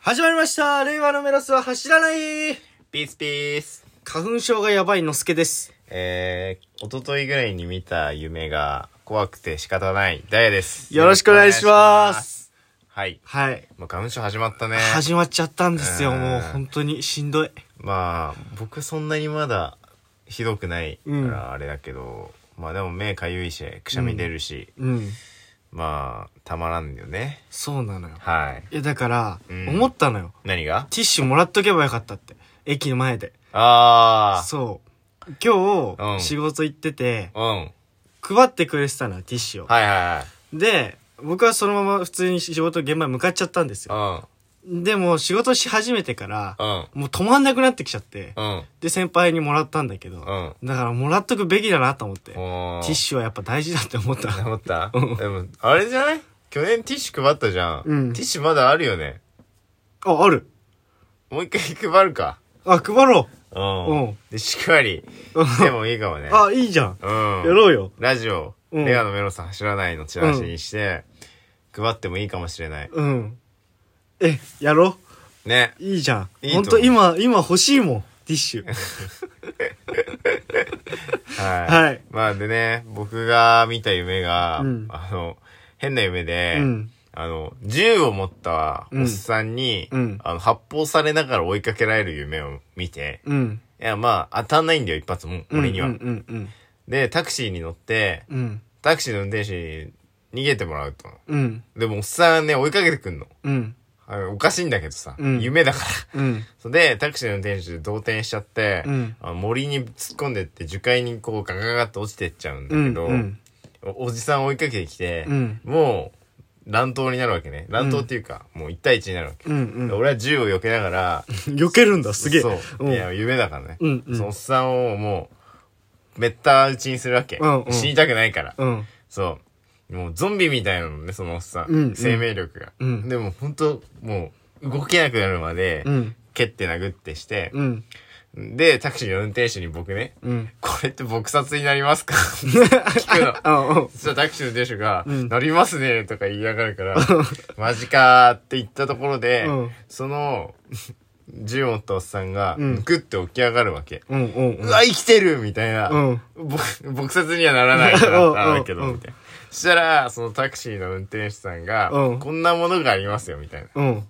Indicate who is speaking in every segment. Speaker 1: 始まりました令和のメロスは走らない
Speaker 2: ピースピース。
Speaker 1: 花粉症がやばいのすけです。
Speaker 2: えー、一昨日ぐらいに見た夢が怖くて仕方ない。ダイヤです。
Speaker 1: よろしくお願いします
Speaker 2: はい。
Speaker 1: はい。
Speaker 2: もう花粉症始まったね。
Speaker 1: 始まっちゃったんですよ、
Speaker 2: うん
Speaker 1: もう本当にしんどい。
Speaker 2: まあ、僕そんなにまだひどくないか
Speaker 1: うん
Speaker 2: らあれだけど、まあでも目かゆいし、くしゃみ出るし、
Speaker 1: うん。
Speaker 2: まあ、たまらんよね。
Speaker 1: そうなのよ。
Speaker 2: はい。
Speaker 1: いや、だから、
Speaker 2: うん
Speaker 1: 思ったのよ。
Speaker 2: 何が
Speaker 1: ティッシュもらっとけばよかったって。駅の前で。
Speaker 2: あ
Speaker 1: そう。今日、
Speaker 2: うん
Speaker 1: 仕事行ってて
Speaker 2: ー。、うん。
Speaker 1: 配ってくれてたのよ、ティッシュを。
Speaker 2: はいは
Speaker 1: で、僕はそのまま普通に仕事現場に向かっちゃったんです
Speaker 2: い
Speaker 1: よ。
Speaker 2: は
Speaker 1: でも、仕事し始めてから
Speaker 2: い。う、ん。
Speaker 1: もう止まんなくなってきちゃって、
Speaker 2: うん。うん。
Speaker 1: で、先輩にもらったんだけど、
Speaker 2: うん。
Speaker 1: だからもらっとくべきだなと思って。テ
Speaker 2: ィ
Speaker 1: ィッシュはやっぱ大事だって思った。
Speaker 2: 思った、
Speaker 1: うん
Speaker 2: でも、あれじゃない去年ティッシュ配ったじゃん。
Speaker 1: うん
Speaker 2: ティッシュまだあるよね。
Speaker 1: あ、ある。
Speaker 2: もう一回配るか。
Speaker 1: あ、配ろ
Speaker 2: う
Speaker 1: うん
Speaker 2: で、しっかり。
Speaker 1: う。
Speaker 2: でもいいかもね。
Speaker 1: あ、いいじゃん。
Speaker 2: う
Speaker 1: や
Speaker 2: ん。
Speaker 1: ろうよ。
Speaker 2: ラジオ、
Speaker 1: うん
Speaker 2: レアのメロさん走らないのチラシにして、配ってもいいかもしれない。
Speaker 1: うん。え、やろ
Speaker 2: ね。
Speaker 1: う。いいじゃん。
Speaker 2: いいと
Speaker 1: ほ
Speaker 2: 思
Speaker 1: ん
Speaker 2: う
Speaker 1: と今、今欲しいもん。ティッシュ。
Speaker 2: はい。
Speaker 1: はい
Speaker 2: まあでね、僕が見た夢が、
Speaker 1: うん
Speaker 2: あの、変な夢で、
Speaker 1: うん
Speaker 2: あの、銃を持ったおっさんに、
Speaker 1: うん
Speaker 2: あの発砲されながら追いかけられる夢を見て、
Speaker 1: うん。
Speaker 2: いや、まあ、当たんないんだよ、一発も、俺には。
Speaker 1: うんうんうん
Speaker 2: で、タクシーに乗って、
Speaker 1: うん。うん。
Speaker 2: タクシーの運転手に逃げてもらうと。
Speaker 1: うん。
Speaker 2: でも、おっさんね、追いかけてくんの。
Speaker 1: うん。
Speaker 2: あのおかしいんだけどさ、
Speaker 1: うん
Speaker 2: 夢だか
Speaker 1: うん。
Speaker 2: ら。そ れで、タクシーの運転手動転しちゃって、
Speaker 1: うん
Speaker 2: あの森に突っ込んでって、樹海にこうガガガガって落ちてっちゃうんだ
Speaker 1: うん。
Speaker 2: けど、
Speaker 1: うん。
Speaker 2: おおじさん追いかけてきて、
Speaker 1: うん
Speaker 2: もう、乱闘になるわけね。乱闘っていうか、もう1対1になるわけ。
Speaker 1: うんうん。
Speaker 2: 俺は銃を避けながら、
Speaker 1: 避けるんだ、すげえ。
Speaker 2: そう。
Speaker 1: ん
Speaker 2: いや、夢だからね。
Speaker 1: うんうん
Speaker 2: そのおっさんをもう、めった打ちにするわけ。
Speaker 1: うんうん
Speaker 2: 死にたくないから。
Speaker 1: うん。
Speaker 2: そう。もうゾンビみたいなのね、そのおっさん。
Speaker 1: うんうん
Speaker 2: 生命力が。
Speaker 1: うん
Speaker 2: でも本当もう、動けなくなるまで、
Speaker 1: うん。
Speaker 2: 蹴って殴ってして、
Speaker 1: うん。
Speaker 2: で、タクシーの運転手に僕ね、
Speaker 1: うん。
Speaker 2: これって撲殺になりますか聞 くの。
Speaker 1: あ、うん。
Speaker 2: そしたらタクシーの運転手が、
Speaker 1: ん
Speaker 2: なりますねとか言いやが るから、マジかーって言ったところで、
Speaker 1: うん
Speaker 2: その、銃を持ったおっさんが、
Speaker 1: ん
Speaker 2: むくって起き上がるわけ。
Speaker 1: うんうん
Speaker 2: うわ、生きてるみたいな。
Speaker 1: うん
Speaker 2: ぼ撲殺にはならないってなったんだけ
Speaker 1: うん
Speaker 2: ど、
Speaker 1: うん
Speaker 2: みたいな。そしたら、そのタクシーの運転手さんが、
Speaker 1: うん
Speaker 2: こんなものがありますよ、みたいな。
Speaker 1: うん。うん。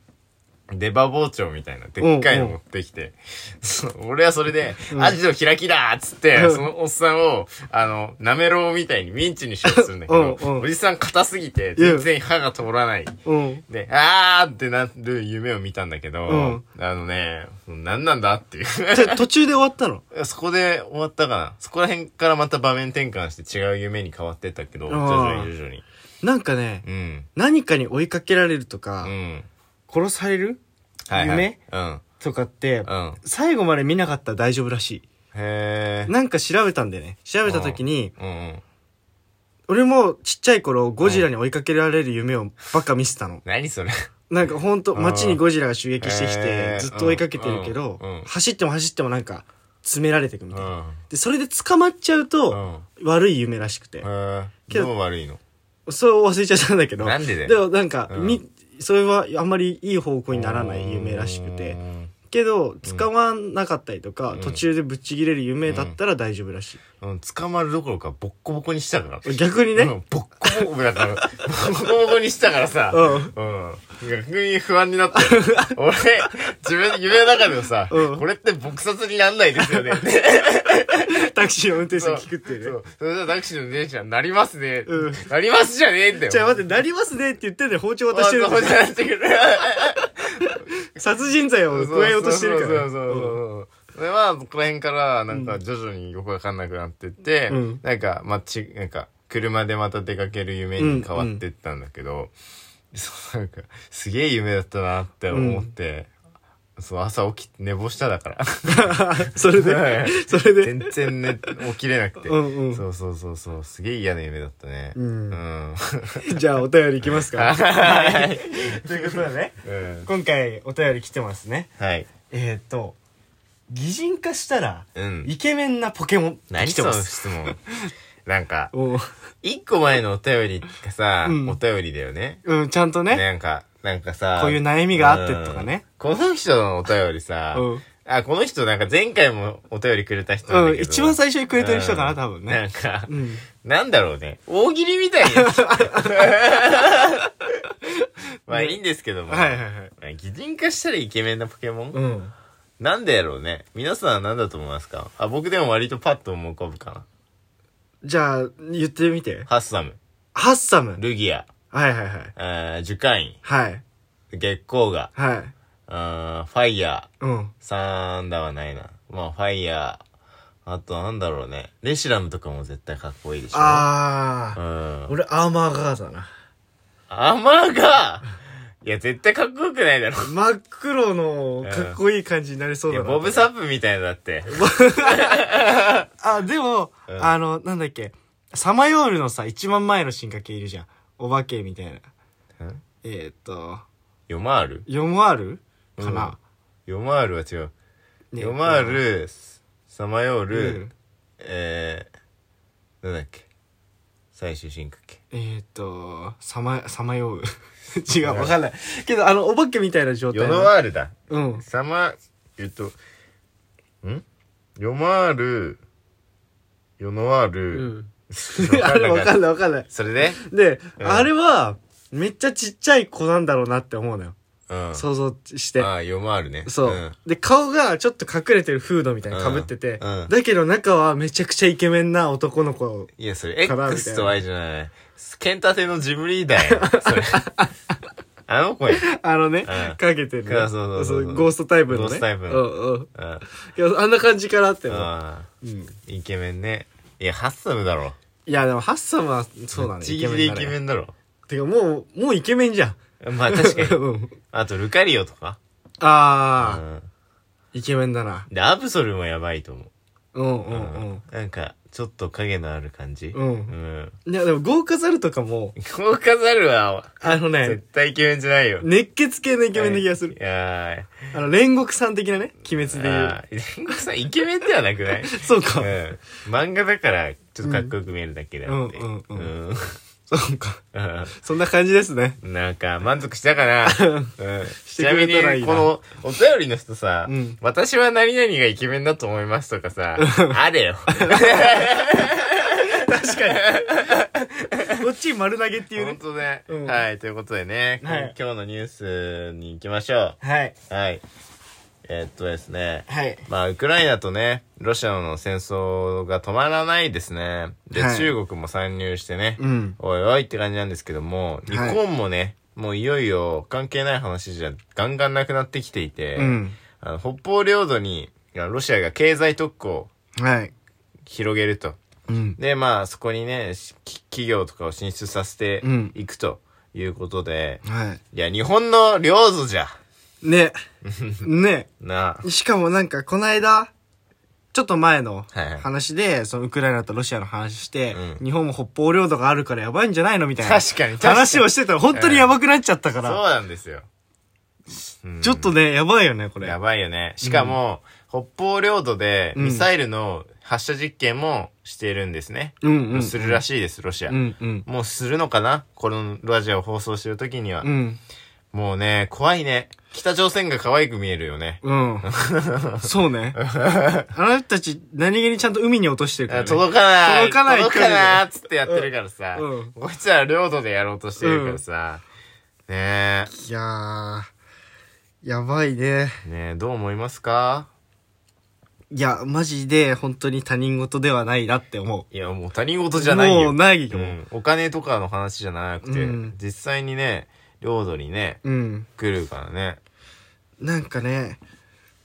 Speaker 2: 出刃包丁みたいな、でっかいの持ってきて、 そう俺はそれで、アジの開きだーっつって、
Speaker 1: うん
Speaker 2: そのおっさんを、あの、なめろうみたいにミンチにしようとするんだけど、
Speaker 1: うんうん
Speaker 2: おじさん硬すぎて、全然歯が通らない。
Speaker 1: うん。
Speaker 2: で、あーってなる夢を見たんだけど、あのね、何なんだっていう。
Speaker 1: で途中で終わったの
Speaker 2: そこで終わったかな。そこら辺からまた場面転換して違う夢に変わってったけど、徐々に徐々に。
Speaker 1: なんかね、
Speaker 2: うん。
Speaker 1: 何かに追いかけられると
Speaker 2: う
Speaker 1: か、
Speaker 2: ん。
Speaker 1: 殺される
Speaker 2: はい、はい。
Speaker 1: 夢
Speaker 2: うん。
Speaker 1: とかって、
Speaker 2: うん。
Speaker 1: 最後まで見なかったら大丈夫らし
Speaker 2: へ
Speaker 1: い。
Speaker 2: ー。
Speaker 1: なんか調べたんだよね。調べた時に、
Speaker 2: うんうん。
Speaker 1: 俺もちっちゃい頃ゴジラに追いかけられる夢をばっか見せたの。
Speaker 2: 何それ
Speaker 1: なんかほんと街にゴジラが襲撃してき
Speaker 2: へ
Speaker 1: て、
Speaker 2: ー
Speaker 1: ずっと追いかけてるけど
Speaker 2: うんうん、
Speaker 1: 走っても走ってもなんか詰められてくみ
Speaker 2: う
Speaker 1: たいな。
Speaker 2: ん。
Speaker 1: で、それで捕まっちゃう
Speaker 2: う
Speaker 1: と、
Speaker 2: ん。
Speaker 1: 悪い夢らしくて
Speaker 2: へ。ー
Speaker 1: けど
Speaker 2: どう悪いの
Speaker 1: そう忘れちゃったんだけど。
Speaker 2: なんでだよ
Speaker 1: でもなんか、
Speaker 2: うん
Speaker 1: み、それはあんまりいい方向にならない夢らしく
Speaker 2: う
Speaker 1: て。
Speaker 2: ん
Speaker 1: けど、捕まんなかったりとか、
Speaker 2: ん
Speaker 1: 途中でぶっちぎれる夢だったら大丈夫らしい。
Speaker 2: うん捕まるどころかボッコボコにしたから
Speaker 1: 逆にね
Speaker 2: うんボッコボコだからボッコボコにしたからさうん逆に不安になったよ俺自分夢の中でもさ
Speaker 1: うん
Speaker 2: これって撲殺になんないです よね
Speaker 1: タクシーの運転手
Speaker 2: そう
Speaker 1: に聞くっていう
Speaker 2: そ
Speaker 1: ね。
Speaker 2: うそれじゃタクシーの電車なりますね
Speaker 1: うん
Speaker 2: なりますじゃねえんだよ
Speaker 1: じゃあ待って、なりますねって言ってんで包丁渡してるん
Speaker 2: あそう
Speaker 1: だ
Speaker 2: じ
Speaker 1: よ。
Speaker 2: ゃなくて
Speaker 1: 殺人罪を加えようとしてるから
Speaker 2: そう。そうそうそうそう。で、まあ、この辺から、なんか、徐々によくわかんなくなってって、
Speaker 1: うん
Speaker 2: なんか、まあ、ち、なんか、車でまた出かける夢に変わってったんだけど、そう、なんか、すげえ夢だったなって思って、そう、朝起き、寝坊しただから。
Speaker 1: それで
Speaker 2: は、い
Speaker 1: それで。
Speaker 2: 全然ね、起きれなくて。
Speaker 1: うんうん
Speaker 2: そうそうそうそう、すげえ嫌な夢だったね。
Speaker 1: うん
Speaker 2: うん。
Speaker 1: じゃあお便りいきますか。はい。ということでね、
Speaker 2: うん
Speaker 1: 今回お便り来てますね。
Speaker 2: はい。
Speaker 1: えっと、擬人化したら、
Speaker 2: うん。
Speaker 1: イケメンなポケモン。
Speaker 2: 何
Speaker 1: 来て
Speaker 2: その
Speaker 1: ます。
Speaker 2: 質問。なんか、
Speaker 1: おう
Speaker 2: 一個前のお便りがさ、
Speaker 1: うん
Speaker 2: お便りだよね。
Speaker 1: うん、ちゃんとね。
Speaker 2: なんか、なんかさ、
Speaker 1: こういう悩みがあってとかね
Speaker 2: うん。この人のお便りさ、
Speaker 1: うん
Speaker 2: あ、この人なんか前回もお便りくれた人なんだ
Speaker 1: う
Speaker 2: け
Speaker 1: ん、
Speaker 2: ど。
Speaker 1: 一番最初にくれてる人か
Speaker 2: う
Speaker 1: な、
Speaker 2: ん
Speaker 1: 多分
Speaker 2: な
Speaker 1: ね
Speaker 2: ん。か
Speaker 1: う、ん。
Speaker 2: なんだろうね。大喜利みたいにな っちゃって。まあいいんですけども。
Speaker 1: はいはいはい。
Speaker 2: 擬人化したらイケメンなポケモン、
Speaker 1: うん。
Speaker 2: なんでやろうね。皆さんは何だと思いますかあ、僕でも割とパッと思い浮かぶかな。
Speaker 1: じゃあ、言ってみて。
Speaker 2: ハッサム、
Speaker 1: ハッサム。
Speaker 2: ルギア、
Speaker 1: はいはいはい。
Speaker 2: えー、樹海
Speaker 1: はい。
Speaker 2: 院、月光河、
Speaker 1: はい。
Speaker 2: あーファイヤー、
Speaker 1: うん。
Speaker 2: サンダーはないな。まあファイヤー、あとなんだろうね。レシラムとかも絶対かっこいいでしょ。
Speaker 1: あ
Speaker 2: う
Speaker 1: ー。
Speaker 2: ん。
Speaker 1: 俺、アーマーガーだな。
Speaker 2: アマが、いや絶対かっこよくないだろ。
Speaker 1: 真っ黒の、かっこいい感じになりそう
Speaker 2: い
Speaker 1: だ
Speaker 2: や、
Speaker 1: な。
Speaker 2: ボブサップみたいなだって。
Speaker 1: あ、でも、
Speaker 2: うん
Speaker 1: あの、なんだっけ、サマヨールのさ、一番前の進化系いるじゃん。お化けみたいな。
Speaker 2: ん
Speaker 1: えーっと、
Speaker 2: ヨマール
Speaker 1: ヨモアールかな、
Speaker 2: ヨマールは違う。
Speaker 1: ね
Speaker 2: ヨマール、さまよ
Speaker 1: う
Speaker 2: る、
Speaker 1: ん
Speaker 2: えー、なんだっけ。最終進化系。
Speaker 1: えーっと、さま、さま よう。違う、わかんない。けど、あの、お化けみたいな状態
Speaker 2: ヨ
Speaker 1: の。
Speaker 2: ノワールだ。
Speaker 1: うん。
Speaker 2: さま、えっと、んヨマール、ヨノワー
Speaker 1: う
Speaker 2: ル、
Speaker 1: ん。
Speaker 2: わ
Speaker 1: あ
Speaker 2: か
Speaker 1: れ、
Speaker 2: んなか
Speaker 1: わか
Speaker 2: った
Speaker 1: んない、わかんない。
Speaker 2: それで、
Speaker 1: で、
Speaker 2: うん
Speaker 1: あれは、めっちゃちっちゃい子なんだろうなって思うのよ。
Speaker 2: うん。
Speaker 1: 想像して。
Speaker 2: ああ、ヨマールね。
Speaker 1: そう、
Speaker 2: ん
Speaker 1: で、顔がちょっと隠れてるフードみたいに被ってて、
Speaker 2: うんうん
Speaker 1: だけど中はめちゃくちゃイケメンな男の子。
Speaker 2: いや、それ、
Speaker 1: かなみたいな
Speaker 2: X と Y じゃない。ケンタテのジムリーダー や。それ。あの子や。
Speaker 1: あのね、
Speaker 2: うん
Speaker 1: かけてるね、
Speaker 2: そうそうそうそう
Speaker 1: ゴーストタイプのね。
Speaker 2: ゴーストタイプ
Speaker 1: う
Speaker 2: の
Speaker 1: んうん
Speaker 2: うん。
Speaker 1: いや。あんな感じかなって思う。
Speaker 2: あ
Speaker 1: うん。い
Speaker 2: ーイケメンね。いや、ハッサムだろ。
Speaker 1: や、でも、ハッサムは、そうだね。
Speaker 2: ちぎりでイケメ
Speaker 1: ン。
Speaker 2: ンだろ。
Speaker 1: てか、もう、もうイケメンじゃん。
Speaker 2: まあ確かに。
Speaker 1: うん
Speaker 2: あと、ルカリオとか。う
Speaker 1: ああ、
Speaker 2: ん。
Speaker 1: イケメンだな。
Speaker 2: で、アブソルもやばいと思う。
Speaker 1: うんう。
Speaker 2: うんなんか、ちょっと影のある感じ。
Speaker 1: うん
Speaker 2: う。ん。
Speaker 1: うん。いや、でも、豪華ザルとかも、
Speaker 2: こう飾るわ。
Speaker 1: あのね
Speaker 2: 絶、対イケメンじゃないよ。
Speaker 1: 熱血系のイ
Speaker 2: イ
Speaker 1: ケメンな気がする。
Speaker 2: いや
Speaker 1: あの、煉獄さん的なね、鬼滅で
Speaker 2: ー。
Speaker 1: 言う。
Speaker 2: あー煉獄さん、イケメンではなくない
Speaker 1: そうか。
Speaker 2: うん漫画だから、ちょっとかっこよく見えるだけであって。
Speaker 1: うんうんうん
Speaker 2: うん
Speaker 1: そうか。そんな感じですね。
Speaker 2: なんか、満足したかな、うん、
Speaker 1: して
Speaker 2: ちな
Speaker 1: く
Speaker 2: み
Speaker 1: れたらいいな
Speaker 2: に、この、お便りの人さ、
Speaker 1: うん
Speaker 2: 私は何々がイケメンだと思いますと かさ、あれよ。
Speaker 1: 確かに。 こっちに丸投げっていう
Speaker 2: 本
Speaker 1: ね。
Speaker 2: 当ね、
Speaker 1: うん
Speaker 2: はい、ということでね、
Speaker 1: はい
Speaker 2: 今日のニュースに行きましょ
Speaker 1: はい。
Speaker 2: う。はい。えーっとですね、
Speaker 1: はい。
Speaker 2: まあ、ウクライナとね、ロシアの戦争が止まらないですね。で、
Speaker 1: はい
Speaker 2: 中国も参入してね、
Speaker 1: うん。
Speaker 2: おいおいって感じなんですけども、日
Speaker 1: はい
Speaker 2: 本もね、もういよいよ関係ない話じゃガンガンなくなってきていて、
Speaker 1: うん。
Speaker 2: あの北方領土にいやロシアが経済特区を
Speaker 1: はい。
Speaker 2: 広げると。
Speaker 1: うん。
Speaker 2: で、まあそこにね、しき企業とかを進出させて
Speaker 1: うん
Speaker 2: いくということで、
Speaker 1: はい
Speaker 2: や、日本の領土じゃ。
Speaker 1: い。 ね。ね。
Speaker 2: なあ。
Speaker 1: しかもなんか、この間、ちょっと前の
Speaker 2: はいはい
Speaker 1: 話で、そのウクライナとロシアの話して、
Speaker 2: う
Speaker 1: 日本も北方領土があるからやばいんじゃないのみたいな
Speaker 2: 確かに、確かに。
Speaker 1: 話をしてたら、本当にやばくなっちゃったか
Speaker 2: そう
Speaker 1: ら、
Speaker 2: なんですよ。うん
Speaker 1: ちょっとね、やばいよね、これ。
Speaker 2: やばいよね。しかも、北方領土で
Speaker 1: うん
Speaker 2: ミサイルの発射実験もしてるんですね。
Speaker 1: うんうん。
Speaker 2: するらしいです、ロシア。
Speaker 1: うんうん。
Speaker 2: もうするのかなこのラジオを放送してる時には。
Speaker 1: うん。
Speaker 2: もうね、怖いね。北朝鮮が可愛く見えるよね。
Speaker 1: うん。そうね。あなたたち、何気にちゃんと海に落としてるから、ね。
Speaker 2: 届かない
Speaker 1: 届かない
Speaker 2: 届かないっつってやってるからさ。
Speaker 1: うんうん
Speaker 2: こいつら領土でやろうとしてるからさ。ね
Speaker 1: いやー、やばいね。
Speaker 2: え、ねえ、どう思いますか
Speaker 1: いや、マジで本当に他人事ではないなって思
Speaker 2: いや、もう他人事
Speaker 1: う。
Speaker 2: じゃないよ。
Speaker 1: もうないよ。
Speaker 2: う
Speaker 1: うん。
Speaker 2: ん、お金とかの話じゃなくて、
Speaker 1: うん
Speaker 2: 実際にね、領土にね、来るからね。
Speaker 1: なんかね、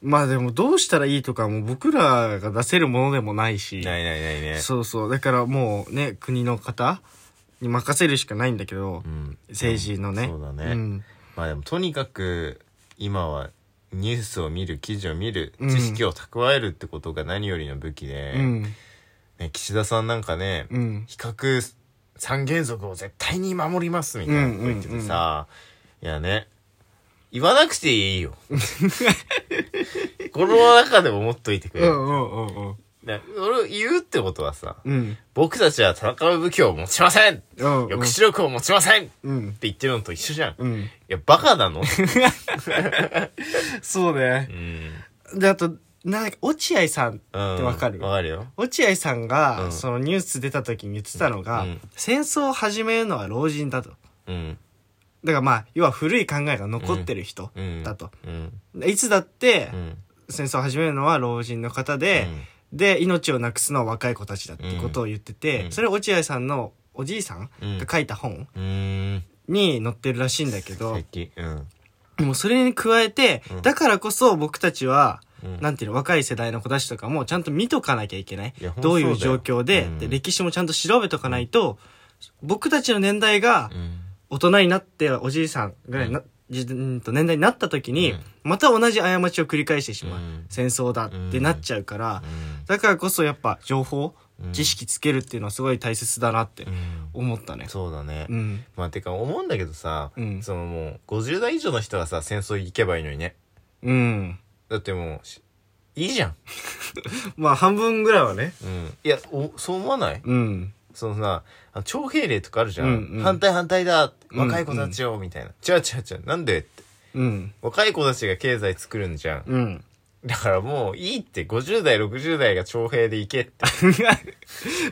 Speaker 1: まあでもどうしたらいいとかも僕らが出せるものでもないし。
Speaker 2: ないないないね。
Speaker 1: そうそう。だからもうね、国の方に任せるしかないんだけど、
Speaker 2: うん。
Speaker 1: 政治のね。
Speaker 2: そうだね
Speaker 1: ん
Speaker 2: まあでもとにかく今はニュースを見る記事を見る
Speaker 1: うん
Speaker 2: 知識を蓄えるってことが何よりの武器で、
Speaker 1: うん。
Speaker 2: ね、岸田さんなんかね、
Speaker 1: うん。
Speaker 2: 比較三原則を絶対に守りますみたいなこと言っててさ、いやね言わな くていいよこの中でも思っといてく
Speaker 1: う
Speaker 2: れ、
Speaker 1: んうんうんうん。
Speaker 2: ね俺を言うってことはさ、
Speaker 1: うん。
Speaker 2: 僕たちは戦う武器を持ちません
Speaker 1: うんうん
Speaker 2: 抑止力を持ちませんって
Speaker 1: うん。
Speaker 2: 言ってるのと一緒じゃん。
Speaker 1: う
Speaker 2: い
Speaker 1: ん。
Speaker 2: や、バ カなの
Speaker 1: そうね
Speaker 2: う。ん。
Speaker 1: で、あと、なんか、落合さんって
Speaker 2: うん。
Speaker 1: わかる
Speaker 2: わかるよ。
Speaker 1: 落合さんが、
Speaker 2: うん
Speaker 1: そのニュース出た時に言ってたのが、
Speaker 2: うん
Speaker 1: 戦争を始めるのは老人だと。
Speaker 2: うん。
Speaker 1: だからまあ、要は古い考えが残ってる人
Speaker 2: うん。
Speaker 1: だと。
Speaker 2: うん。
Speaker 1: いつだって
Speaker 2: う、ん。
Speaker 1: 戦争を始めるのは老人の方で、で、命をなくすのは若い子たちだってことを言ってて、
Speaker 2: うん
Speaker 1: それ落合さんのおじいさん
Speaker 2: うん
Speaker 1: が書いた本
Speaker 2: うん。うん。
Speaker 1: に載ってるらしいんだけど
Speaker 2: 素、敵。うん。
Speaker 1: もうそれに加えて、
Speaker 2: うん
Speaker 1: だからこそ僕たちは、
Speaker 2: うん
Speaker 1: なんていうの、若い世代の子たちとかもちゃんと見とかなきゃいけない。
Speaker 2: いやほんと
Speaker 1: どういう
Speaker 2: そうだ
Speaker 1: 状
Speaker 2: よ
Speaker 1: 況で,、
Speaker 2: うん
Speaker 1: で、歴史もちゃんと調べとかないと、僕たちの年代が
Speaker 2: うん。
Speaker 1: 大人になって、おじいさんぐらいにな、じうんと年代になった時に、
Speaker 2: うん
Speaker 1: また同じ過ちを繰り返してしまう。
Speaker 2: うん
Speaker 1: 戦争だってなっちゃうから、
Speaker 2: うん
Speaker 1: だからこそやっぱ情報、
Speaker 2: うん
Speaker 1: 知識つけるっていうのはすごい大切だなって
Speaker 2: うん。
Speaker 1: 思ったね。
Speaker 2: そうだね。
Speaker 1: うん。
Speaker 2: まあ、てか思うんだけどさ、
Speaker 1: うん
Speaker 2: そのもう、50代以上の人はさ、戦争行けばいいのにね。
Speaker 1: うん。
Speaker 2: だってもうし、いいじゃん。
Speaker 1: まあ半分ぐらいはね。
Speaker 2: うん。いや、おそう思わない
Speaker 1: うん。
Speaker 2: そのさ、あの徴兵令とかあるじゃん。
Speaker 1: うんうん
Speaker 2: 反対反対だ
Speaker 1: ん
Speaker 2: 若い子たちを、みたいな。違う違う違う。なんでって。
Speaker 1: うん。
Speaker 2: 若い子たちが経済作るんじゃん。
Speaker 1: うん。
Speaker 2: だからもういいって、50代、60代が徴兵で 行けって。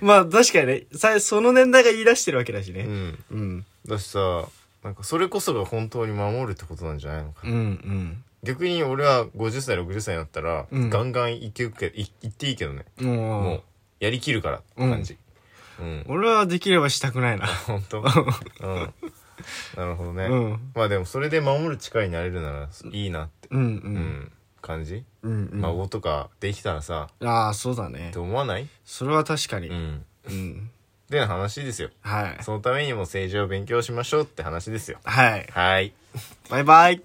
Speaker 1: まあ確かにね、さその年代が言い出してるわけだし
Speaker 2: う
Speaker 1: ね。
Speaker 2: ん。
Speaker 1: うん。
Speaker 2: だしさ、なんかそれこそが本当に守るってことなんじゃないのかな。
Speaker 1: うんうん。
Speaker 2: 逆に俺は50歳、60歳になったら、
Speaker 1: うん
Speaker 2: ガンガン行ってくけい行っていいけどね。も
Speaker 1: も
Speaker 2: う、やりきるからって感じ。うん
Speaker 1: う、。俺はできればしたくないな。
Speaker 2: 本 当うん。なるほどね。
Speaker 1: うん
Speaker 2: まあでもそれで守る力になれるならいいなって、
Speaker 1: うんう
Speaker 2: うん
Speaker 1: ん。
Speaker 2: 感じ、
Speaker 1: うんうん。
Speaker 2: 孫とかできたらさ、
Speaker 1: ああ、そうだね
Speaker 2: って。思わない
Speaker 1: それは確かに。
Speaker 2: う
Speaker 1: うん。
Speaker 2: ん。ってな話ですよ。
Speaker 1: はい。
Speaker 2: そのためにも政治を勉強しましょうって話ですよ。
Speaker 1: はい。
Speaker 2: はい。
Speaker 1: バイバイ。